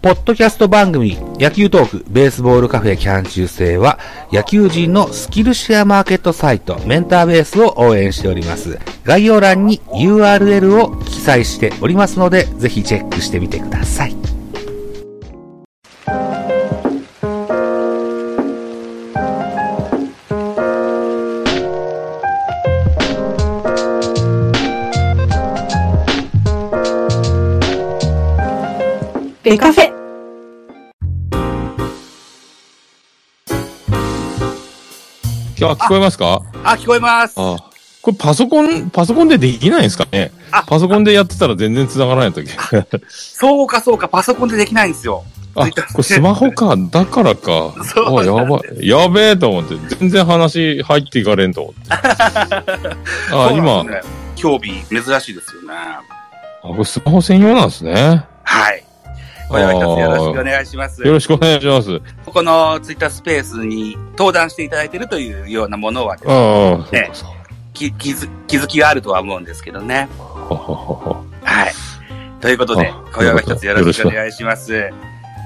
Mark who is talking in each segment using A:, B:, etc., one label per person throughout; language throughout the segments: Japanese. A: ポッドキャスト番組、野球トーク、ベースボールカフェキャン中制は、野球人のスキルシェアマーケットサイト、メンターベースを応援しております。概要欄に URL を記載しておりますので、ぜひチェックしてみてください。
B: ベカフェ。
C: 今日聞こえますか
D: あ、聞こえます。
C: ああこれパソコン、パソコンでできないんですかね
D: あ
C: パソコンでやってたら全然繋がらないとき。あ、
D: そうかそうか、パソコンでできないんですよ。
C: これスマホか、だからか。
D: そう
C: あ、やばい。やべえと思って、全然話入っていかれん と思って。あ、
D: そうな
C: 今、
D: んですね。興味珍しいですよね。
C: あこれスマホ専用なんですね。
D: はい。これは一つよろしくお願いします。
C: よろしくお願いします。
D: このツイッタースペースに登壇していただいているというようなものは、
C: ああ、そう
D: ね
C: かそう
D: き気づ気づきがあるとは思うんですけどね。
C: か。はははは
D: はい。ということで
C: あ、
D: 今夜は一つよろしくお願いします。え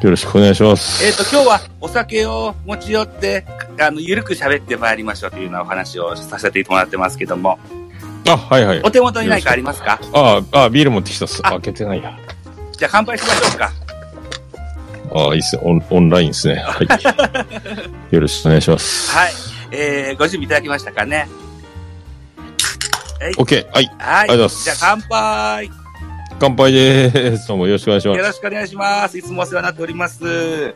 D: っ、
C: よろしくお願いします。
D: と、今日はお酒を持ち寄って、あの、ゆるく喋ってまいりましょうというようなお話をさせてもらってますけども、
C: あ、はいはい
D: お。手元に何かありますか
C: ああ、ビール持ってきたっす。
D: あ
C: 開けてないや。
D: じゃあ乾杯しましょうか。
C: ああ、いいっすね。オンオンラインですね。はい。 よろしくお願いします。
D: はい。えー、ご準備いただきましたかね。
C: オッケー。はい。
D: はい。
C: ありがとうございます
D: じゃあ乾杯。
C: 乾杯です。どうもよろしくお願いしま
D: よろしくお願いします。いつもお世話になっております。
C: す。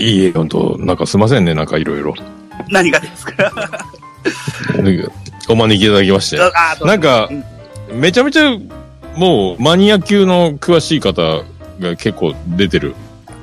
C: いいえ、本当なんかすいませんね、なんかいろいろ。
D: 何がですか
C: お招きいただきまして。
D: あどうぞ
C: なんか、めちゃめちゃ、もう、マニア級の詳しい方が結構出てる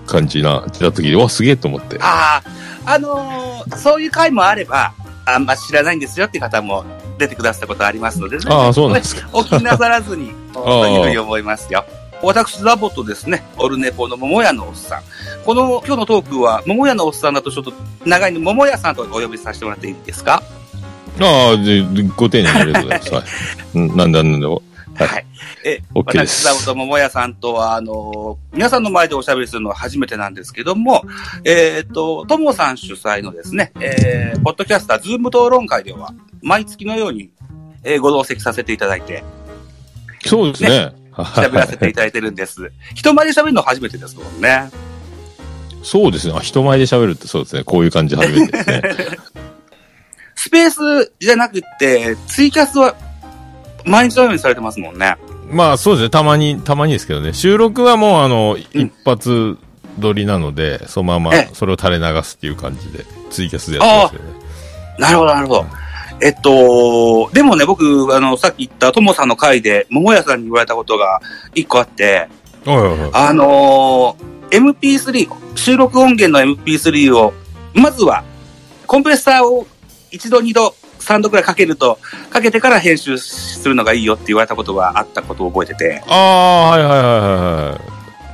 C: 感じな、来た時で、うわ、すげえと思って。
D: ああ、あのーそういう回もあれば、あんま知らないんですよって方も出てくださったことありますので、ね、
C: ああ、そうなんですか。
D: お気になさらず に、というふうに思いますよ。私、ザボとですね、オルネポの桃屋のおっさん。この、今日のトークは、桃屋のおっさんだとちょっと長いので、桃屋さんとお呼びさせてもらっていいですか
C: ああ、でご丁寧にありがとうございます。はいうんなんだなんだ。はい
D: はい。え、
C: OK で
D: 私、
C: す
D: ザボと桃屋さんとは、あの、皆さんの前でおしゃべりするのは初めてなんですけども、えっ、と、ともさん主催のですね、えー、ポッドキャスター、ズーム討論会では、毎月のように、えーご同席させていただいて、
C: そうですね。
D: 喋らせていただいてるんです。人前で喋るの初めてですもんね。
C: そうですね。あ人前で喋るってそうですね。こういう感じで初めてですね。
D: スペースじゃなくて、ツイキャスは、毎日のようにされてますもんね。
C: まあそうですね、たまに、たまにですけどね、収録はもうあの、
D: うん
C: 一発撮りなので、そのまま
D: ええ
C: それを垂れ流すっていう感じで、ツイキャスでやってますよね。
D: なるほど、なるほど。えっと、でもね、僕、あの、さっき言ったともさんの回で、桃屋さんに言われたことが一個あって、
C: はいはいはい。
D: あのー MP3、収録音源の MP3 を、まずは、コンプレッサーを一度、二度、三度くらいかけると、かけてから編集するのがいいよって言われたことがあったことを覚えてて、
C: ああー、はいはいはいはいはい。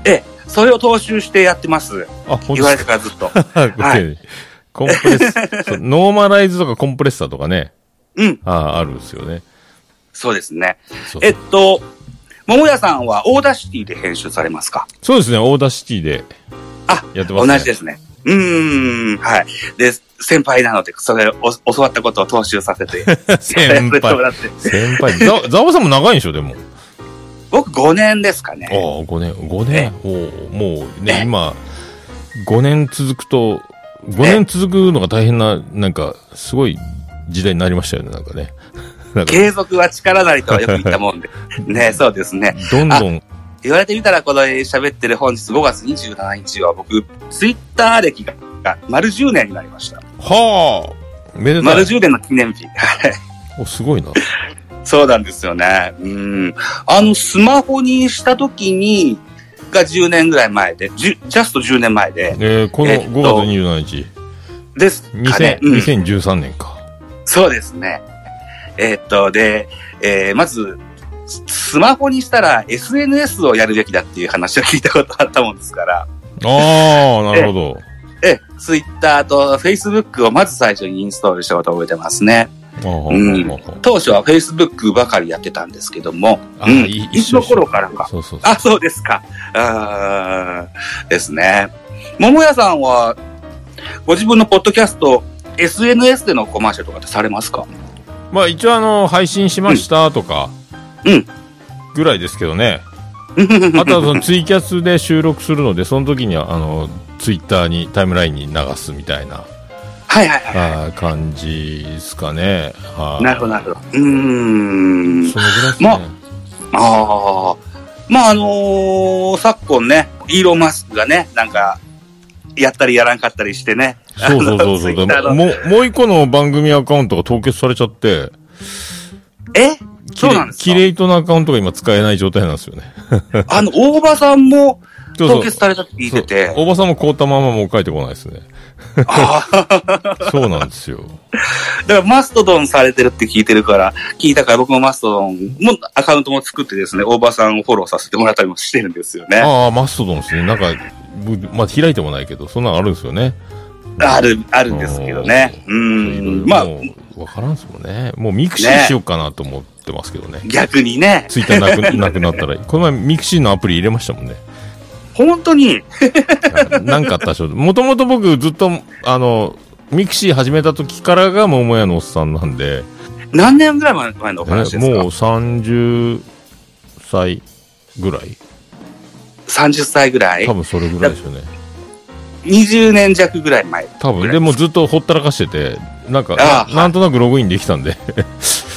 D: ええ、それを踏襲してやってます。
C: あ、ほん
D: 言われてからずっと。は
C: はいい。コンプレ ッサーそう、ノーマライズとかコンプレッサーとかね、
D: うん、
C: あーあるんですよね。
D: そうですね。
C: そう
D: えっと、桃屋さんはオーダーシティで編集されますか
C: そうですね、オーダーシテ ィで
D: あ
C: やってますね。
D: 同じですね。うーん、はい。で、先輩なので、それをお教わったことを踏襲させて、
C: 先
D: やっても
C: 輩。
D: らって
C: 先輩。ざざわさんも長いんでしょ、でも。
D: 僕5年ですかね。
C: ああ、5年、5年。おうもうね、今、5年続くと、5年続くのが大変な、なんか、すごい時代になりましたよね、なんかね。なんか、
D: 継続は力なりとはよく言ったもん で。ね、そうですね。
C: ど んどん、
D: 言われてみたら、この喋ってる本日5月27日は、僕、ツイッター歴が丸10年になりました。
C: はあめでた
D: 丸
C: い。
D: 10年の記念日。 はい
C: お、すごいな。
D: そうなんですよね。うん。あの、スマホにした時に、が10年ぐらい前で、じゅジャスト10年前で、
C: えー、この
D: えっと
C: 5月27日、
D: ですかね
C: 2000。
D: うん
C: 2013年か。
D: そうですね。えーっと、で、えーまず、ススマホにしたら SNS をやるべきだっていう話を聞いたことあったもんですから、
C: ああ、なるほど。
D: え、Twitter と Facebook をまず最初にインストールしたことを覚えてますね。うん当初は Facebook ばかりやってたんですけども、
C: あ
D: うん、
C: ーい
D: いつの頃からか。
C: そうそうそう。
D: あ、そうですか。あーですね。桃屋さんは、ご自分のポッドキャスト、SNS でのコマーシャルとかってされますか
C: まあ一応あの、配信しましたとか、
D: うん。
C: ぐらいですけ どね。
D: あ
C: あとはそのツイキャスで収録するので、その時にはあの、ツイッターに、タイムラインに流すみたいな、
D: はいはいは。
C: あー感じですかね。はい
D: なるほどなるほど。うーん。
C: そのぐらいですね。
D: まああ。まああのー昨今ね、イーロン・マスクがね、なんか、やったりやらんかったりしてね。
C: そうそうそう そ
D: あの Twitter
C: う。
D: の
C: もう、もう一個の番組アカウントが凍結されちゃって、
D: えそうなんですか
C: キレイトのアカウントが今使えない状態なんですよね。
D: あの、大場さんも
C: そう
D: 凍
C: そう
D: 結されたって聞いてて。
C: そうおばさんも凍ったままもう帰ってこないですね。
D: ああ。
C: そうなんですよ。
D: だからマストドンされてるって聞いてるから、聞いたから僕もマストドンもアカウントも作ってですね、大場さんをフォローさせてもらったりもしてるんですよね。
C: ああ、マストドンですね。なんか、ぶまあ、開いてもないけど、そんなのあるんですよね。
D: ある、あるんですけどね。う
C: いろい
D: ん。
C: ろ
D: まあ、
C: もう、わからんっすもんね。もうミクシーしようかなと思ってますけどね。
D: 逆にね、
C: ツイッターな くなくなったらいい。この前ミクシーのアプリ入れましたもんね。
D: 本当に、
C: なんかあったでしょ。もともと僕ずっと、あの、ミクシー始めた時からが桃屋のおっさんなんで、
D: 何年ぐらい前前のお
C: ねもう
D: 話ですか、
C: 30歳ぐらい
D: ?30 歳ぐらい
C: 多分それぐらいですよね。
D: ?20 年弱ぐらい前。
C: 多分。でもずっとほったらかしてて、なんか、
D: ああ
C: ななんとなくログインできたんで。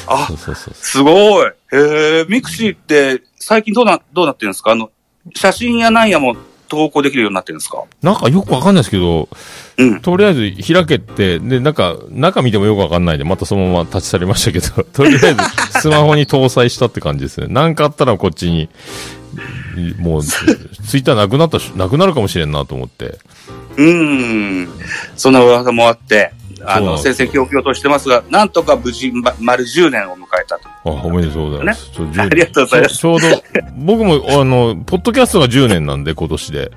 D: あ
C: そうそうそう。
D: すごい。へえ、ミクシーって最近どうな、どうなってるんですかあの、写真やなんやも投稿できるようになってるんですか
C: なんかよくわかんないですけど、
D: うん
C: とりあえず開けて、で、なんか、中見てもよくわかんないんで、またそのまま立ち去りましたけど、 とりあえずスマホに搭載したって感じですね。なんかあったらこっちに、もう、ツイッターなくなったし、なくなるかもしれんなと思って。
D: うーん。そんな噂もあって、あの、
C: そうな
D: 成
C: んですよ
D: 績を強としてますが、なんとか無事、ま丸10年を迎えたと。
C: あ、おめでとうございます。ちょ10
D: ありがとうございます
C: ちょちょうど、僕も、あの、ポッドキャストが10年なんで、今年で。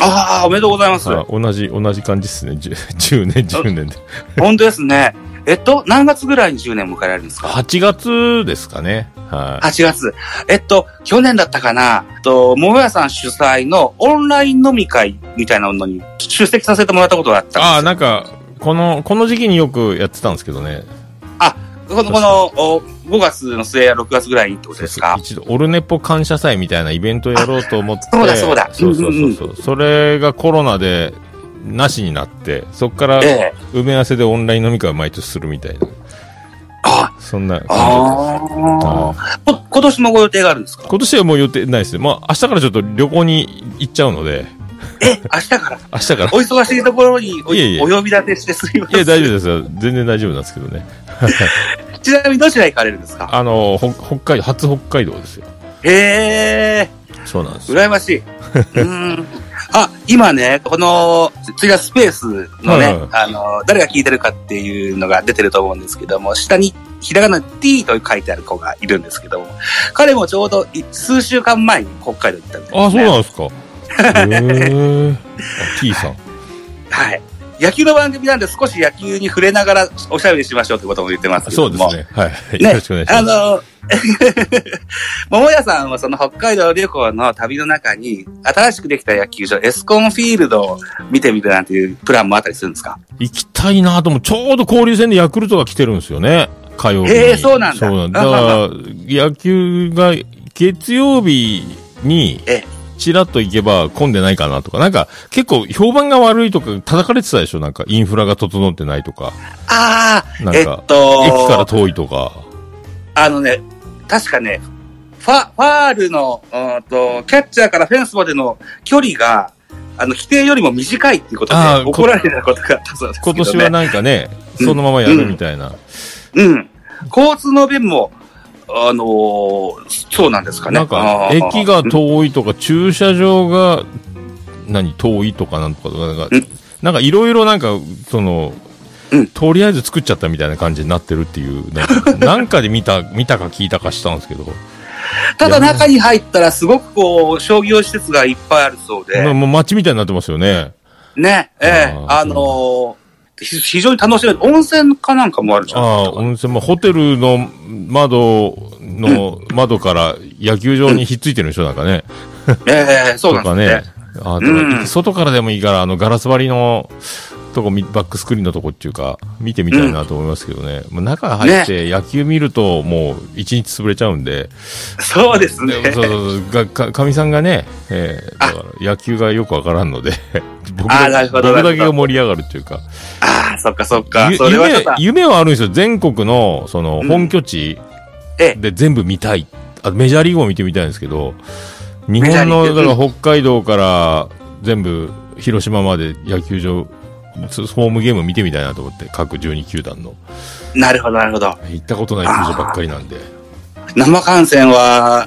D: ああ、おめでとうございます。
C: あ同じ、同じ感じですね。10 10年、10年で。
D: 本当ですね。えっと、何月ぐらいに10年を迎えられるんですか
C: 8月ですかね。はい。
D: 8月。えっと、去年だったかな、えっと、桃屋さん主催のオンライン飲み会みたいなのに出席させてもらったことがあったんですよ
C: ああ、なんか、この、この時期によくやってたんですけどね。
D: この、この、お5月の末や6月ぐらいにってことですか
C: 一度、オルネポ感謝祭みたいなイベントやろうと思って。
D: あそうだそうだ
C: そうそうそうそう。それがコロナで、なしになって、そっから、
D: ええ。
C: 埋め合わせでオンライン飲み会を毎年するみたいな。
D: あ
C: そんな感じ
D: あ
C: です
D: ー
C: は。
D: こ今年もご予定があるんですか
C: い今年はもう予定ないですね。まあ、明日からちょっと旅行に行っちゃうので、
D: え、明日から
C: 明日から。
D: お忙しいところにお
C: いえいえ
D: お呼び立てしてすみま
C: い
D: せん。
C: や、大丈夫ですよ。全然大丈夫なんですけどね。
D: ちなみにどちら行かれるんですか
C: あの、ほ北海道、初北海道ですよ。
D: へえ、
C: そうなんです。
D: 羨ましい。うーん。あ、今ね、この、ツイッタースペースのね、
C: はいはい
D: あの、誰が聞いてるかっていうのが出てると思うんですけども、下に、ひらがな t と書いてある子がいるんですけども、彼もちょうどい数週間前に北海道行ったんです、ね。
C: あ、そうなんですか。へー。あ T さん。
D: はい。野球の番組なんで少し野球に触れながらおしゃべりしましょうってことも言ってますけ
C: そ
D: ど
C: う
D: も。
C: ですね。はい。
D: ね
C: よろしくお願いし
D: あ
C: ます。
D: の、 桃屋さんはその北海道旅行の旅の中に、新しくできた野球場、エスコンフィールドを見てみるなんていうプランもあったりするんですか
C: 行きたいなと思う。ちょうど交流戦でヤクルトが来てるんですよね。火曜日に。
D: へーそうなんだ
C: そうなんだ。だから、野球が月曜日に
D: ええ、
C: ちらっと行けば混んでないかなとか。なんか、結構評判が悪いとか叩かれてたでしょなんか、インフラが整ってないとか。
D: あ
C: な
D: あ、
C: ん
D: えっ
C: か、
D: と、
C: 駅から遠いとか。
D: あのね、確かね、ファ、ファールの、うーんと、キャッチャーからフェンスまでの距離が、あの、規定よりも短いっていうこと
C: あ
D: で
C: ーこ
D: 怒られたことがあったそうですけど、
C: 今
D: ね。
C: 年はなんかね、そのままやるみたいな。
D: うん。交通の便も、あのーそうなんですかね。
C: なんか、
D: あー
C: 駅が遠いとか、駐車場が、何、遠いとかなんとか、なんか
D: うん、
C: なんかいろいろなんか、その
D: うん、
C: とりあえず作っちゃったみたいな感じになってるっていう、なんかなんかで見た、見たか聞いたかしたんですけど、
D: ただ中に入ったらすごくこう、商業施設がいっぱいあるそうで、
C: まあもう街みたいになってますよね。
D: ね、ええ
C: あー
D: あのーひ非常に楽しめる。温泉かなんかもあるじゃない
C: ああ、温泉、まあ、ホテルの窓の、窓から野球場にひっついてるんでしょ、なんかね。
D: ええそうなん
C: とか
D: ですね。
C: ね。ああ、でも、
D: うん
C: 外からでもいいから、あの、ガラス張りの、とこみ、バックスクリーンのとこっていうか、見てみたいなと思いますけどね。もう中入って野球見ると、もう一日潰れちゃうんで。
D: そうですね。
C: でそうそうそうがか。かみさんがね、えーだから野球がよくわからんので、 僕
D: あーな
C: だ
D: る
C: 僕
D: ほどなるほど
C: だけが盛り上がるっていうか。
D: ああ、そっかそっか。
C: ゆ
D: それはちょっと
C: 夢、夢はあるんですよ。全国の、その、
D: うん
C: 本拠地
D: ええ
C: で全部見たい。あメジャーリーグを見てみたいんですけど、日
D: メジャー
C: 本
D: リー
C: の、
D: グ
C: だから北海道から全部、広島まで野球場、つホームゲーム見てみたいなと思って、各12球団の。
D: なるほど、なるほど。
C: 行ったことない球場ばっかりなんで。
D: 生観戦は、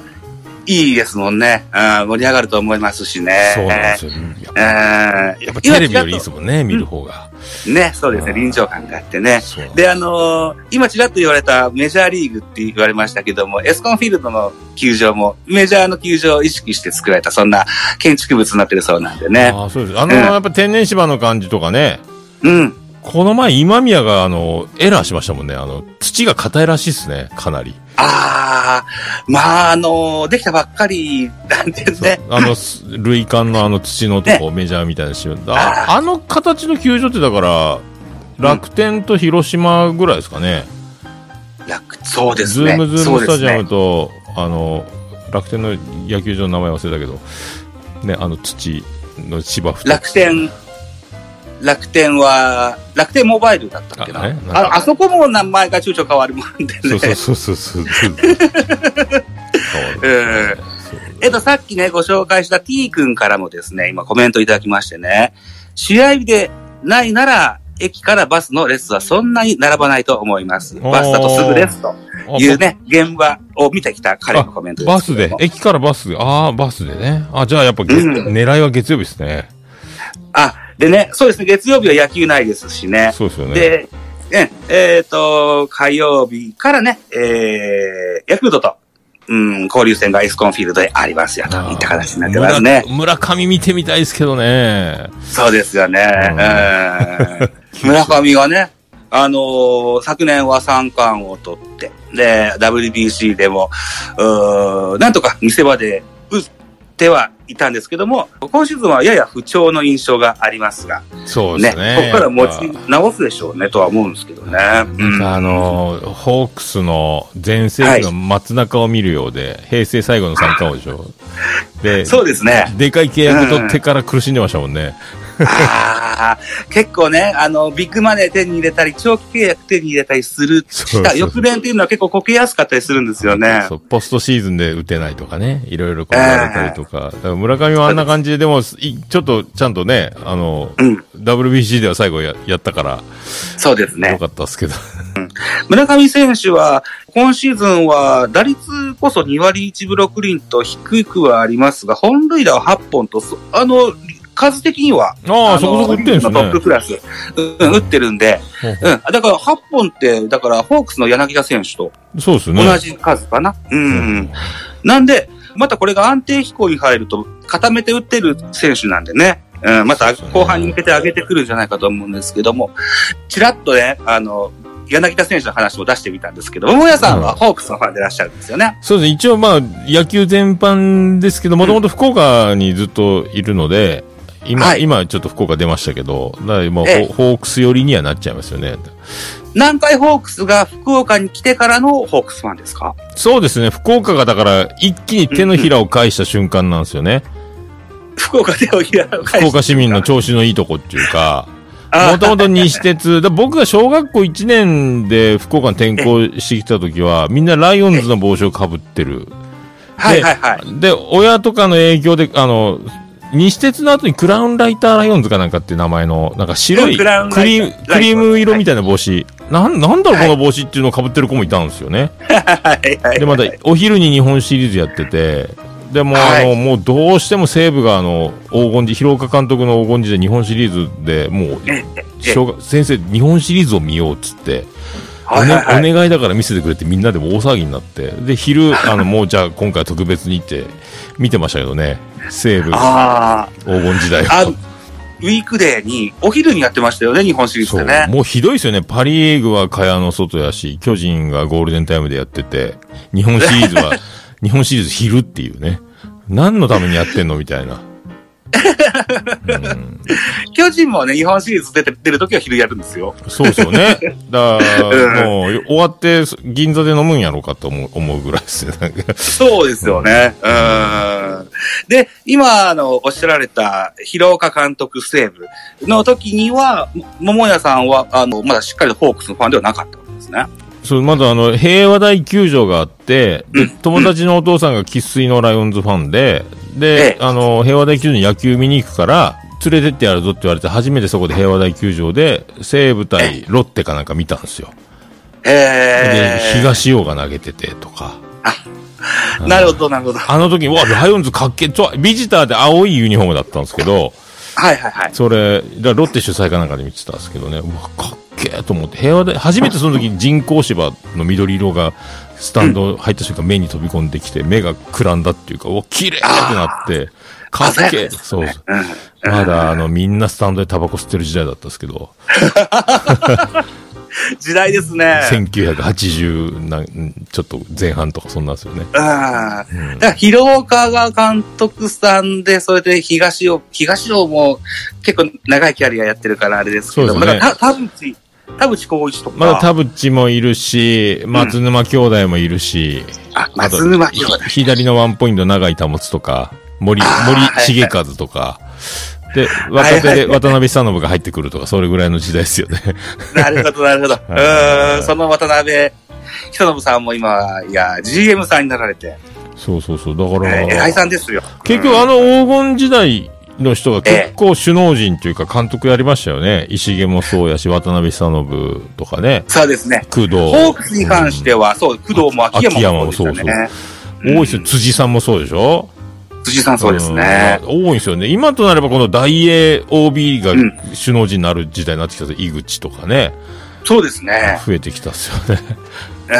D: いいですもんね。うん、盛り上がると思いますしね。
C: そうなんですよ。やっぱ
D: え
C: やっぱテレビよりいいですもんね、見る方が。
D: ね、そうですね、
C: あー
D: 臨場感があってね。
C: そう
D: で、あのー今ちらっと言われたメジャーリーグって言われましたけども、エスコンフィールドの球場も、メジャーの球場を意識して作られた、そんな建築物になってるそうなんでね。
C: ああ、そうです。あの、
D: うん
C: やっぱ天然芝の感じとかね、
D: うん。
C: この前今宮があの、エラーしましたもんね。あの、土が硬いらしいですね、かなり。
D: ああ、まあ、あのーできたばっかりなんでね。
C: あの、す塁間のあの土のとこ、メジャーみたいなしああの形の球場ってだから、楽天と広島ぐらいですかね。
D: 楽そうです
C: ズ
D: ね。
C: ームズームスタジアム
D: と。
C: と、あの、楽天の野球場の名前忘れたけど、ね、あの土の芝生
D: 楽天、楽天は、楽天モバイルだったっけな。
C: あ
D: あ,、
C: ねなんか
D: あそこも名前が躊躇変わるもんでね。
C: そうそうそ うそうそう。変わる。そう
D: えっと、さっきね、ご紹介した T 君からもですね、今コメントいただきましてね、試合日でないなら、駅からバスの列はそんなに並ばないと思います。
C: おー
D: バスだとすぐですと
C: あ
D: いうね、現場を見てきた彼のコメントで
C: バ
D: す
C: ス
D: け
C: で
D: ども。、
C: 駅からバスで、ああ、バスでね。あじゃあやっぱ、げ
D: うん
C: 狙いは月曜日ですね。
D: あ、でね、そうですね、月曜日は野球ないですしね。
C: そうですよね。
D: で、え、えっ、と、火曜日からね、えー、ヤクルトと、うん、交流戦がエスコンフィールドでありますよ、といった形になってますね
C: あー。村村上見てみたいですけどね。
D: そうですよね。
C: うん
D: うん。村上がね、あのー昨年は三冠を取って、で、WBC でも、うーなんとか見せ場で打ってはいたんですけども、今シーズンはやや不調の印象がありますが、
C: そうで
D: ね、
C: すね。
D: ここから持
C: やっぱ
D: ち直すでしょうね、とは思うんですけどね。
C: なんかあのー、ホークスの全盛期の松中を見るようで、平成最後の三冠王でしょ。
D: う
C: で
D: ん、そうですね。
C: でかい契約取ってから苦しんでましたもんね。
D: あー 結構ね、あの、ビッグマネー手に入れたり、長期契約手に入れたりする、
C: そうそう
D: した翌年っていうのは結構こけやすかったりするんですよね。
C: そう、ポストシーズンで打てないとかね、いろいろこう言われたりとか、だから村上はあんな感じで、でも、いちょっとちゃんとね、あの、
D: うん、
C: WBC では最後ややったから、
D: そうですね
C: よ。かったです けど、
D: 村上選手は、今シーズンは打率こそ2割1分6厘と低くはありますが、本塁打は8本と、そあの、数的には、
C: ああ、
D: の
C: そこそこ打ってるんです
D: トッ
C: ね
D: プ。クラス、うん、打ってるんで、
C: ほう
D: うん。だから8本って、だからホークスの柳田選手と
C: そうですね。
D: 同じ数かな。うん。なんで、またこれが安定飛行に入ると、固めて打ってる選手なんでね、うん、また
C: そうですね
D: 後半に向けて上げてくるんじゃないかと思うんですけども、ちらっとね、あの、柳田選手の話も出してみたんですけど、桃屋さんは
C: うん
D: ホークスのファンでいらっしゃるんですよね。
C: そうですね。一応まあ、野球全般ですけど、もともと福岡にずっといるので、今、
D: はい
C: 今ちょっと福岡出ましたけど、だからもう
D: ええ
C: ホホークス寄りにはなっちゃいますよね。
D: 南海ホークスが福岡に来てからのホークスファンですか
C: そうですね。福岡がだから、一気に手のひらを返した瞬間なんですよね。
D: 福岡でおひらを返
C: 福
D: して
C: 岡市民の調子のいいとこっていうか、
D: あ
C: もともと 西鉄、だ僕が小学校1年で福岡に転校してきた時は、みんなライオンズの帽子をかぶってる。
D: はいはいはい。
C: で、親とかの影響で、あの、西鉄の後にクラウンライターライオンズかなんかっていう名前の、なんか白
D: うん
C: い
D: ク
C: ク
D: ラウンライ
C: リ
D: ター
C: ーム、クリーム色みたいな帽子。なん、なんだろうこの帽子っていうのを被ってる子もいたんですよね。
D: はいはい。
C: で、またお昼に日本シリーズやってて、でもう、
D: はい
C: あの、もうどうしても西武があの、黄金時、広岡監督の黄金時で日本シリーズで、もう、小学先生、日本シリーズを見ようっつって、お
D: はい
C: ね
D: はいはい。
C: お願いだから見せてくれってみんなでも大騒ぎになって、で、昼、あの、もうじゃあ今回特別にって見てましたけどね、西武
D: ああ。
C: 黄金時代
D: あ
C: を。
D: ウィークデーに、お昼にやってましたよね、日本シリーズ
C: そ
D: で
C: う
D: ね。。
C: もうひどいですよね。パリーグは蚊帳の外やし、巨人がゴールデンタイムでやってて、日本シリーズ は、日本シリーズ昼っていうね。何のためにやってんのみたいな。うん、
D: 巨人もね、日本シリーズ出て出るときは昼やるんですよ。
C: そうですよね。だ から、もう、終わって、銀座で飲むんやろうかと思う思うぐらいですね。なんか
D: そうですよね。うーん。で、今、あの、おっしゃられた、広岡監督セーブの時には、も桃屋さんは、あの、まだしっかりとホークスのファンではなかったんですね。
C: そう、まだあの、平和大球場があって、で友達のお父さんが生粋のライオンズファンで、で
D: ええ、
C: あの、平和大球場に野球見に行くから、連れてってやるぞって言われて、初めてそこで平和大球場で、西武対ロッテかなんか見たんですよ。
D: え
C: で、
D: ー。。
C: 東洋が投げててとか。
D: なるほど、なるほど。は
C: あの時、うわ、ライオンズかっけえ、ちょ、ビジターで青いユニフォームだったんですけど、
D: いはいはい。
C: それ、だロッテ主催かなんかで見てたんですけどね、うわ、かっけえと思って、平和で、初めてその時人工芝の緑色が、スタンド入った瞬間目に飛び込んできて、目がくらんだっていうか、うわ、綺麗ってなって、かっけえ。そうそう。
D: うん。
C: まだ、あの、みんなスタンドでタバコ吸ってる時代だったんですけど、
D: 時代ですね。
C: 1980な、んちょっと前半とかそんなんですよ
D: うん。
C: ね。うん
D: だから、広岡が監督さんで、それで東尾、東尾も結構長いキャリアやってるからあれですけど、
C: そう
D: も
C: ですね
D: だからた、田淵、田淵光一とか、
C: まだ田淵もいるし、松沼兄弟もいるし、
D: あ
C: あと
D: 松沼兄弟。
C: ひ左のワンポイント長井保つとか、森、森
D: あーはい
C: 重和とか、で、若手
D: はいはい
C: で渡辺久信が入ってくるとか、それぐらいの時代ですよね。
D: なるほど、なるほど。 う
C: いはいはい
D: ーん、その渡辺久信さんも今、いや、GM さんになられて、
C: そうそうそう。だか
D: えー
C: ら
D: 偉い、さんですよ。
C: 結局あの黄金時代の人が結構首脳陣というか監督やりましたよね。石毛もそうやし、渡辺久信とかね、
D: そうですね。
C: 工藤。
D: ホークスに関しては、そう、工藤も秋山もそうですよね。
C: うん。多いですよ。辻さんもそうでしょ
D: 辻さんそうですね。
C: うん多いんですよね。今となればこの大英 OB が
D: うん
C: 首脳陣になる時代になってきたんですよ井口とかね。
D: そうですね。
C: 増えてきたっすよね。
D: うん。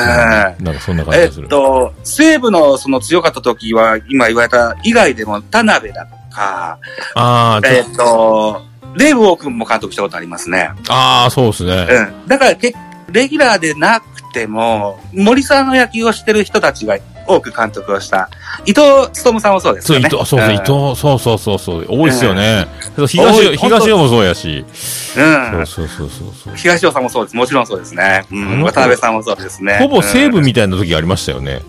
C: なんかそんな感じ
D: え
C: がす
D: っ
C: る。
D: と、西武のその強かった時は、今言われた以外でも、田辺だとか、
C: あー、
D: えっと、レイブオー君も監督したことありますね。
C: あー、そうですね。
D: うん。だからけ、レギュラーでなくても、森さんの野球をしてる人たちが多く監督をした。伊藤勉さんもそうです
C: そ
D: よ
C: う、伊
D: ね。
C: 藤、そうそう、
D: ん
C: 伊藤、そうそうそう、そう多いっすよね。そう
D: 多
C: 東尾、
D: い本当
C: 東尾もそうやし。
D: う
C: そ
D: ん
C: う。そうそうそうそう。
D: 東尾さんもそうです。もちろんそうですね。う
C: あの
D: ん。
C: 子
D: 渡辺さんもそうですね。
C: ほぼ西
D: う
C: 武
D: ん
C: みたいな時ありましたよね。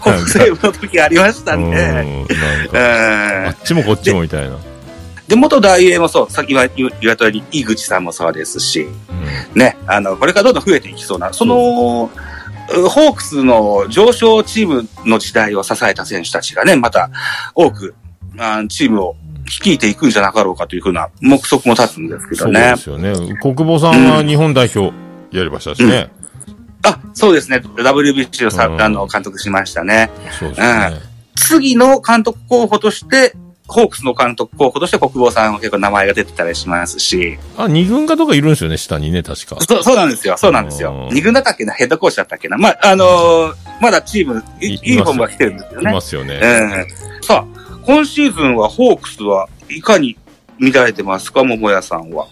D: ほぼ西武の時ありました
C: うん、
D: ね。
C: なん
D: う
C: か、あ
D: ん。
C: っちもこっちもみたいな。うん
D: で、元大英もそう。さっき言わ言われたように、井口さんもそうですし。ね、あの、これからどんどん増えていきそうな、その、うホークスの上昇チームの時代を支えた選手たちがね、また多く、あチームを率いていくんじゃなかろうかというふうな目測も立つんですけ
C: そ
D: ど
C: うで
D: ね。
C: すよね。国母さんは日本代表やりましたしね。
D: あ、そうですね。WBC をさ、
C: うん
D: あの、監督しましたね。
C: そうですよね。
D: 次の監督候補として、ホークスの監督候補として国防さんは結構名前が出てたりしますし、
C: あ、二軍かとかいるんですよね、下にね、確か。
D: そう、そうなんですよ。そうなんですよ。
C: うん
D: 二軍だったっけなヘッドコーチだったっけなまあ、あのーまだチーム、い
C: い
D: いい本が来てるんですよ
C: い
D: ね。
C: ますよね。
D: ええさあ、今シーズンはホークスはいかに見られてますか、桃屋さんは。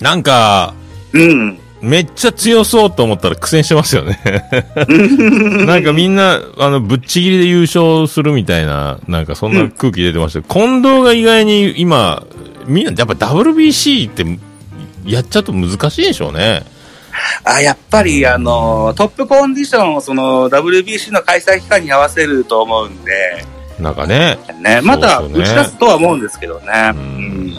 C: なんか、
D: うん。
C: めっちゃ強そうと思ったら苦戦してますよ ね。なんかみんな、あの、ぶっちぎりで優勝するみたいな、なんかそんな空気出てましたけど、近藤が意外に今、みんな、やっぱ WBC って、やっちゃうと難しいでしょうね。
D: あ、やっぱり、あの、トップコンディションをその WBC の開催期間に合わせると思うんで、
C: なんかね、
D: ね、また
C: そう
D: 打ち
C: ですよね
D: 出すとは思うんですけどね。
C: う
D: うんん。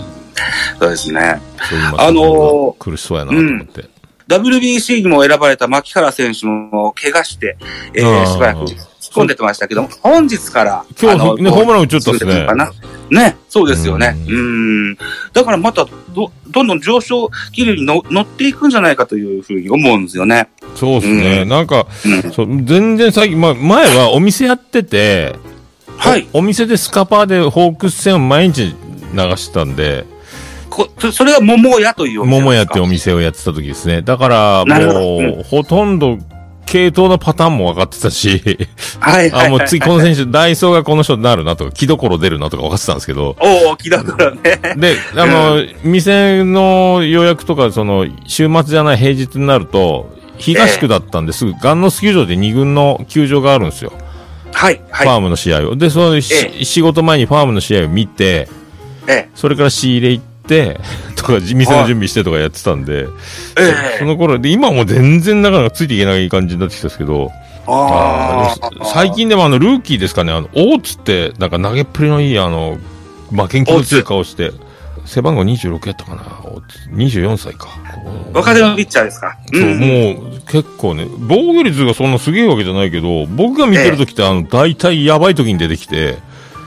D: そうですね。
C: そう今
D: あのー
C: 苦しそうやなと思って。
D: WBC にも選ばれた牧原選手も怪我して、え
C: あ
D: ー、
C: ー
D: しばらく突っ込んでてましたけど、本日から、
C: 今
D: あの
C: 日、ね、ホームラン打ちよったっすね
D: か。な。ね、そうですよね。
C: う
D: うん。だからまたど、どんどん上昇気流にの乗っていくんじゃないかというふうに思うんですよね。
C: そうっすね。
D: うん
C: なんか、
D: うん。
C: そう全然最近、まあ、前はお店やってて、
D: はい。
C: お店でスカパーでホークス戦を毎日流してたんで、
D: こそそれが桃屋というお店ですか
C: 桃屋ってお店をやってた時ですね。だから、
D: なるほど
C: もう、ほとんど系統のパターンも分かってたし、
D: はいはい、はい。
C: あ、もう次この選手、ダイソーがこの人になるなとか、気どころ出るなとか分かってたんですけど、
D: おお、気だからね。
C: で、あの、店の予約とか、その、週末じゃない平日になると、東区だったんですぐ、ガンノス球場で2軍の球場があるんですよ。
D: はい、はい。
C: ファームの試合を。で、その、し
D: え
C: 仕事前にファームの試合を見て、
D: え
C: それから仕入れ行って、とか、じ店の準備してとかやってたんで、
D: え、え
C: そ
D: え。
C: の頃で、今もう全然なかなかついていけない感じになってきたんですけど、
D: あ
C: あ
D: ー
C: ー最。近でもあの、ルーキーですかね、あの、大津って、なんか投げっぷりのいい、あの、負けん気の強い顔して、背番号26やったかな、大津24歳か。
D: 若手のピッチャーですか。
C: そう、
D: ん
C: もう、結構ね、防御率がそんなすげえわけじゃないけど、僕が見てる時って、あの、大体やばい時に出てきて、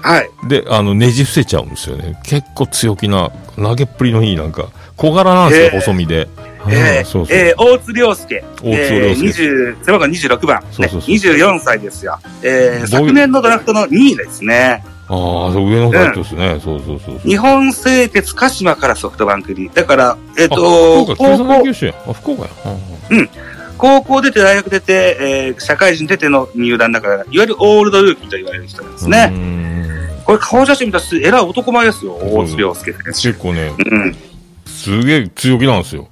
D: はい。
C: で、あの、ねじ伏せちゃうんですよね。結構強気な、投げっぷりのいい、なんか、小柄なんです
D: え
C: よ、
D: え
C: 細身で。
D: え
C: うん
D: え
C: そうそう。
D: ええ大津良介。
C: 大津亮介
D: ええ20背番号26番。
C: そうそうそう
D: ね24歳ですよ。ええ
C: どういう
D: 昨年のドラフトの2位ですね。
C: ああ、そう上の方入ってですね。そうそうそうそう。
D: 日本製鉄鹿島からソフトバンクに。だから、えっ、
C: あ
D: と、
C: 福岡、
D: 高
C: 九三
D: 校
C: 九、州や。あ、福岡や。うんうん
D: 高校出て、大学出て、えー社会人出ての入団だから、いわゆるオールドルーキーと言われる人なんですね。
C: ね。
D: これ顔写真見たらす、えらい男前ですよ、
C: そう
D: 大津亮介選
C: 結構ね、
D: 手。うん。
C: すげえ強気なんですよ。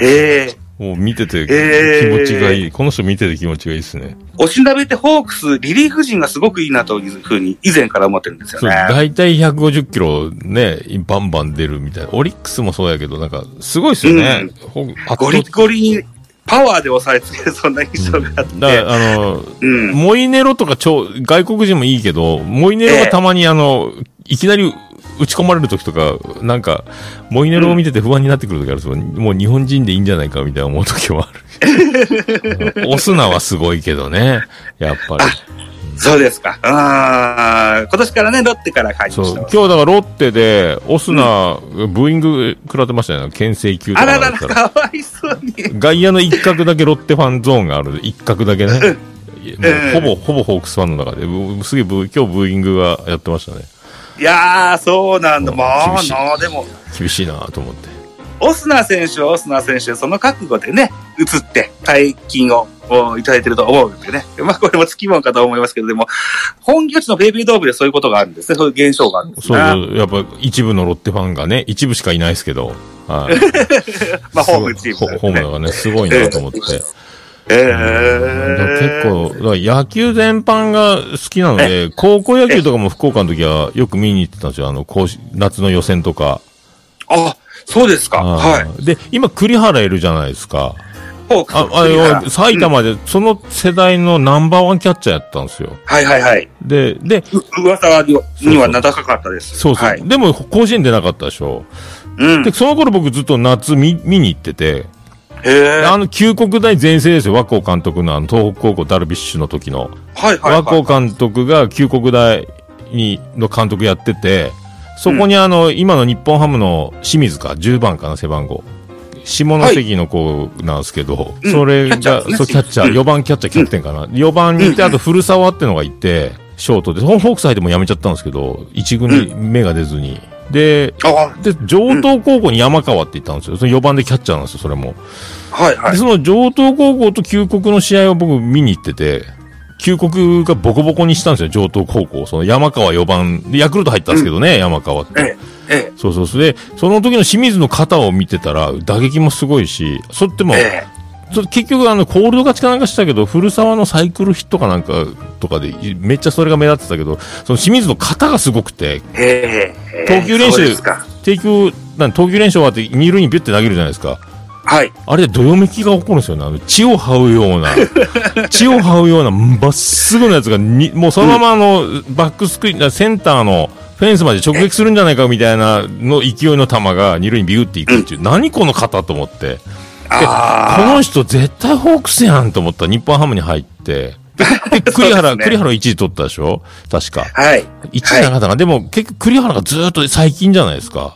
D: ええ
C: もう見てて気
D: え
C: 持
D: ー
C: ちがいい。この人見てて気持ちがいいですね。
D: おしんだべってホークス、リリーフ陣がすごくいいなというふうに、以前から思ってるんですよ
C: そう、
D: ね。
C: だいたい150キロね、バンバン出るみたいな。オリックスもそうやけど、なんか、すごいですよね。ほ圧倒
D: ゴリッ
C: 的
D: ゴリに、パワーで抑えつける、そんな印象があっ
C: だか
D: て。
C: ら、あの、
D: うん。
C: モイネロとか超、外国人もいいけど、モイネロがたまにあの、いきなり打ち込まれる時とか、なんか、モイネロを見てて不安になってくる時あるんですよ。もう日本人でいいんじゃないかみたいな思う時も ある。オスナはすごいけどね。やっぱり。
D: そうですか。あー今年からね、ロッテから加入
C: そう。
D: して
C: 今
D: ま
C: 日
D: す。
C: だからロッテで、オスナ、ブーイング食らってましたよね。牽制球と
D: あ
C: から
D: ら
C: だ
D: ら、
C: ったら。
D: かわいそうに。
C: 外野の一角だけロッテファンゾーンがある。一 角だけね。もうほぼ、ほぼホークスファンの中で、うすげえブー今日ブーイングがやってましたね。
D: いやー、そうなんだ。
C: うん
D: も
C: 厳
D: う、
C: しい
D: のでも、
C: 厳しいなと思って。
D: オスナ選手はオスナ選手でその覚悟でね、移って大金をおいただいてると思うんでね。まあこれもつきもんかと思いますけど、でも、本拠地のベイビードームでそういうことがあるんですね。そういう現象があるんです
C: そう
D: ね。
C: そう、やっぱ一部のロッテファンがね、一部しかいないですけど、はい。
D: まあホームチーム
C: すごい
D: だ
C: ホ
D: よね
C: ホームだからね、すごいなと思って。
D: ええ
C: だから結構、だから野球全般が好きなので、高校野球とかも福岡の時はよく見に行ってたんですよ。あの、甲子夏の予選とか。
D: あ、そうですか。はい。
C: い。で、今栗原いるじゃないですか。
D: フォーク
C: あ
D: ス、
C: あれ
D: は
C: は埼玉で、その世代のナンバーワンキャッチャーやったんですよ。
D: いはいはい。
C: で、で、
D: う噂にはには名高かったです。
C: そうそう。
D: はい。
C: でも甲子園出なかったでしょ。
D: うん。
C: で、
D: へ
C: その頃僕ずっと夏見見に行ってて、
D: え。
C: あの、旧国大全盛ですよ。和光監督のあの、東北高校ダルビッシュの時の。
D: はいはい
C: 和
D: は
C: 光
D: い。
C: 監督が旧国大に、の監督やってて、そこにあの、今の日本ハムの清水か、10番かな、背番号。下関の子なんですけど、
D: うん
C: それ
D: キャッチャ
C: が、
D: ーですね
C: そう、キャッチャー、
D: うん
C: 4番キャッチャー、キャプテンかな。4番にいて、あと古沢ってのがいて、ショートで、ホークス入ってもやめちゃったんですけど、1軍に目が出ずに。で、
D: あ、
C: で、上東高校に山川って言ったんですよ。その4番でキャッチャーなんですよ、それも。
D: はいは
C: で
D: い。
C: その上東高校と旧国の試合を僕見に行ってて、旧国がボコボコにしたんですよ、上東高校。その山川4番。で、ヤクルト入ったんですけどね、山川っ
D: え
C: て。
D: え、ええ、
C: そうそうそう。で、その時の清水の肩を見てたら、打撃もすごいし、それっても
D: え
C: う、
D: え。
C: それ結局あの、コールド勝ちかなんかしたけど、古沢のサイクルヒットかなんかとかで、めっちゃそれが目立ってたけど、その清水の肩がすごくて、
D: へえ。
C: 投球練習
D: そうですか。
C: 提供、なん投球練習終わって二塁にビュって投げるじゃないですか。
D: はい。
C: あれでどよめきが起こるんですよね。あの血を這うような、 血を這うような、まっすぐなやつがに、もうそのままあの、バックスクリーン、センターのフェンスまで直撃するんじゃないかみたいなの勢いの球が二塁にビューっていくっていう、何この方と思って。こ
D: あ
C: の人絶対ホークスやんと思ったら日本ハムに入って。で、栗
D: そうで
C: 原、
D: すね
C: 栗原1位取ったでしょ確か。
D: あ。はい。
C: 1位じゃなかったかな。でも結局栗原がずーっと最近じゃないですか。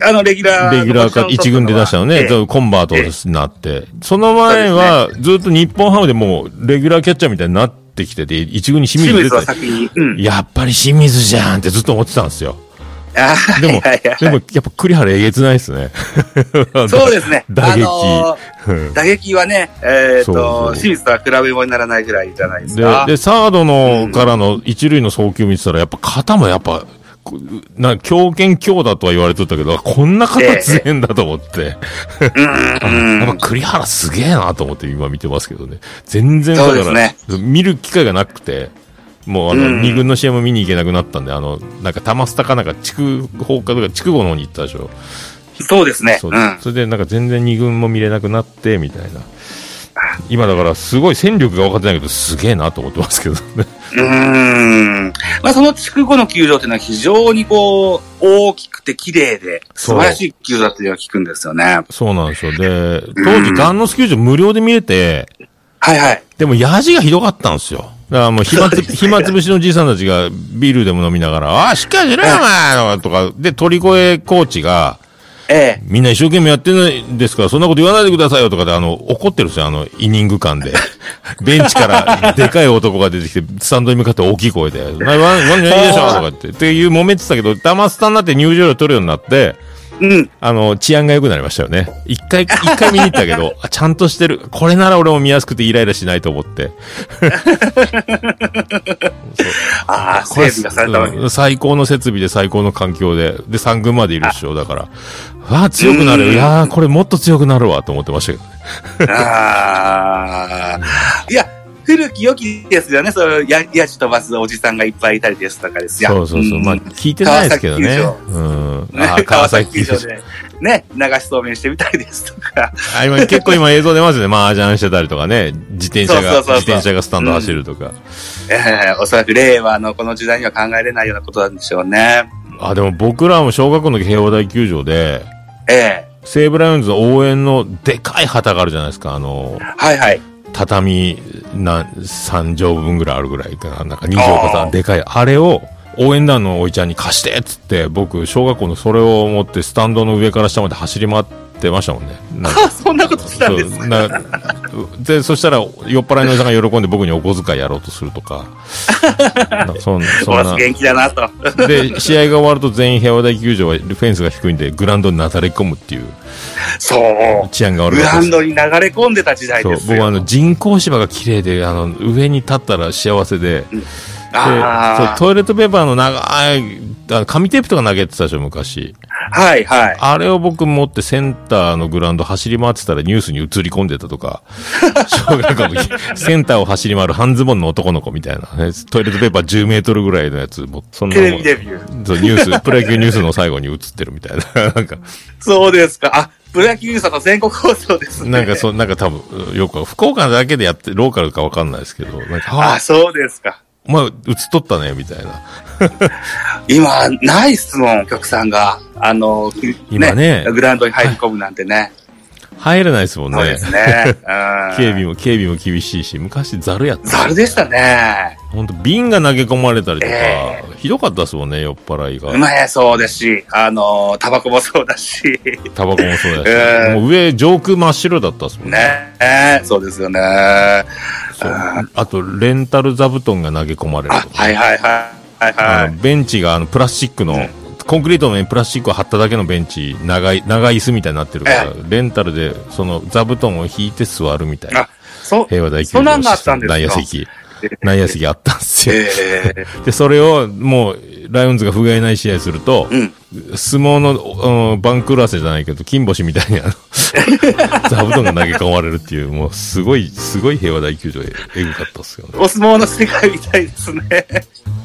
D: あの、レギュラー。
C: レギュラーか、一軍で出したのね、
D: ええ
C: コンバートになって、その前は、ずっと日本ハムでもう、レギュラーキャッチャーみたいになってきてて、一軍に清
D: 清
C: 水
D: 水
C: 出
D: は先
C: て、
D: に。うん。
C: やっぱり清水じゃんってずっと思ってたんですよ。
D: えあー
C: で
D: は
C: も
D: いはいはい
C: でも、やっぱ栗原えげつないですね。。
D: そうですね
C: 打
D: あ
C: 撃。
D: のー打撃はね、えっ、
C: そうそう
D: と、清水とは比べ物にならないぐらいじゃないです
C: で
D: か。、
C: で、サードのからの一塁の送球見てたら、やっぱ肩もやっぱ、こな、強肩強打とは言われとったけど、こんな肩強えんだと思って、
D: うん、う
C: やっ
D: ん。
C: ぱ栗原すげえなと思って今見てますけどね。全然
D: そう
C: だ
D: で
C: か
D: す
C: ら
D: ね、
C: 見る機会がなくて、もうあの、
D: うん
C: 二軍の試合も見に行けなくなったんで、あの、なんか玉スタかなんか地区放課とか地区後の方に行ったでしょ。
D: そうですね。。
C: そううんそれでなんか全然二軍も見れなくなって、みたいな。今だからすごい戦力が分かってないけど、すげえなと思ってますけど ね。
D: うーんまあ、その地区後の球場というのは非常にこう、大きくて綺麗で、
C: そう
D: 素晴らしい球場だというのは聞くんですよね。は
C: そうなんですよ。で、当時、ガンノス球場無料で見れて、
D: いはい。
C: でも、ヤジがひどかったんですよ。だからもう暇つ、暇つぶしのじいさんたちがビールでも飲みながら、ああ、しっかりしろよ、お前とか、で、鳥越コーチが、
D: ええ。
C: みんな一生懸命やってないんですから、そんなこと言わないでくださいよとかで、あの、怒ってるんですよ、あの、イニング 間で。ベンチから、でかい男が出てきて、スタンドに向かって大きい声で、な、わ、わんじゃいいでしょとかって、っていう揉めてたけど、玉スタになって入場料取るようになって、
D: うん。
C: あの、治安が良くなりましたよね。一回、一回見に行ったけど、あちゃんとしてる。これなら俺も見やすくてイライラしないと思って。
D: ああ、
C: これ
D: 整備がされたわけ
C: う
D: で
C: ん最高の設備で最高の環境で。で、3軍までいるっしょ、だから。ああ、強くなるよ。
D: うん
C: いやー、これもっと強くなるわ、と思ってましたけどね。
D: す。ああ。いや、古き良きですよね。そのや、やじ飛ばすおじさんがいっぱいいたりですとかですよ。
C: そうそうそう。
D: ん
C: まあ、聞いてないですけどね。
D: 川崎
C: うん。
D: ね
C: あー川崎球場
D: 川。で。ね、流しそうめんしてみたりですとか。
C: あ、今、結構今映像出ますよね。麻雀してたりとかね。自転車が、
D: そうそうそうそう
C: 自転車がスタンド走るとか。
D: ええおそらく令和のこの時代には考えれないようなことなんでしょうね。
C: あ、でも僕らも小学校の時平和大球場で、
D: ええ
C: 西武ライオンズの応援のでかい旗があるじゃないですか。あの、
D: はいはい。
C: 畳な3畳分ぐらいあるぐらいかな。なんか2畳
D: あ
C: 型
D: ー
C: でかい。あれを応援団のおいちゃんに貸してっつって、僕、小学校のそれを持ってスタンドの上から下まで走り回ってましたもんね。なんか
D: あそんなことしたんです
C: そうなで、そしたら、酔っ払いのおじさんが喜んで僕にお小遣いやろうとするとか。なんかそんそん
D: お
C: な。
D: 元気だなと。
C: で、試合が終わると全員平和大球場はフェンスが低いんで、グラウンドになだれ込むっていう、
D: そう。
C: 治安が悪
D: グ
C: かった
D: ラウ
C: です
D: ン。ドに流れ込んでた時代
C: そう
D: です
C: 僕は
D: よ。
C: あの人工芝が綺麗であの上に立ったら幸せでで
D: あ
C: そうトイレットペーパーの長いあの紙テープとか投げてたでしょ昔
D: あ。はいはい。
C: あれを僕持ってセンターのグラウンド走り回ってたらニュースに映り込んでた とか小学校の時センターを走り回る半ズボンの男の子みたいなねトイレットペーパー10メートルぐらいのやつもそんな
D: テ
C: も
D: レ
C: ん
D: ビデビュー。
C: そうニュースプロ野球ニュースの最後に映ってるみたいななんか
D: そうですか。あ、プロ野球さんの全国放送ですね。
C: なんかそうなんか多分よく福岡だけでやってローカルかわかんないですけどなんかあ
D: あ、そうですか。
C: お前、映っとったね、みたいな。
D: 今、ない質問、お客さんが。あの、
C: 今ね
D: グラウンドに入り込むなんてね。
C: 入れないですもん
D: そうで
C: ね。
D: すね。うん
C: 警備も、警備も厳しいし、昔ザルやった。
D: ざるでしたね。
C: ほんと、瓶が投げ込まれたりとか、
D: え
C: ひどかったですもんね、酔っ払いが。
D: まあ、そうですし、あの、タバコもそうだし。
C: タバコもそうだし、
D: ええ
C: もう上、上空真っ白だったっすもんね。
D: ねえ、そうですよね。あ、
C: そうあと、レンタル座布団が投げ込まれるとか。
D: はいはいはい。はいは
C: あ
D: い
C: の。ベンチが、あの、プラスチックの、
D: うん
C: コンクリートの上にプラスチックを貼っただけのベンチ、長い、長い椅子みたいになってるから、レンタルで、その、座布団を引いて座るみたいな
D: あ。、そう。
C: 平和大球
D: そんな
C: 場
D: んがあったんですか
C: 内野席。内野席あったんですよ。
D: ええ
C: で、それをもう、ライオンズが不甲斐ない試合すると、
D: うん。
C: 相撲の、うん、番狂わせじゃないけど、金星みたいにあの、 座布団が投げ込まれるっていう、もう、すごい、すごい平和大球場え、えぐかったっすよね。
D: お相撲の世界みたいです ね。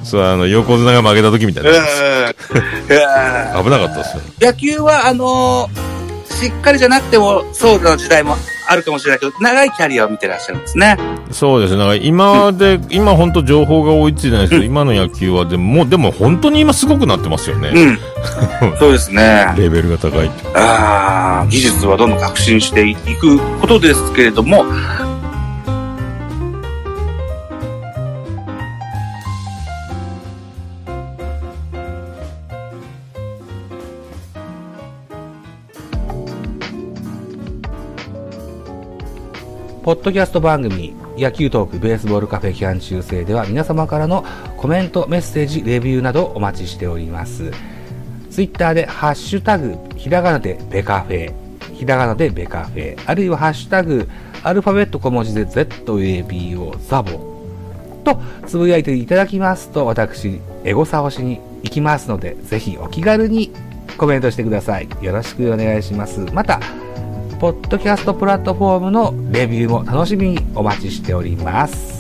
C: そう、あの、横綱が負けた時みたい
D: うん。う
C: な。
D: ん
C: 危なかったっすよね。
D: 野球は、あのーしっかりじゃなくても、そうな時代もあるかもしれないけど、長いキャリアを見てらっしゃるんですね。
C: そうですね。だから今で、今本当情報が追いついてないですけど、今の野球は、でも、もう、でも本当に今すごくなってますよ
D: う
C: ね。
D: ん。そうですね。
C: レベルが高い。
D: あー技術はどんどん革新していくことですけれども、
A: ポッドキャスト番組野球トークベースボールカフェ期間中世では皆様からのコメント、メッセージ、レビューなどお待ちしております。ツイッターでハッシュタグ、ひらがなでベカフェ、ひらがなでベカフェ、あるいはハッシュタグ、アルファベット小文字で ZABO ザボとつぶやいていただきますと、私、エゴサをしに行きますので、ぜひお気軽にコメントしてください。よろしくお願いします。また、ポッドキャストプラットフォームのレビューも楽しみにお待ちしております。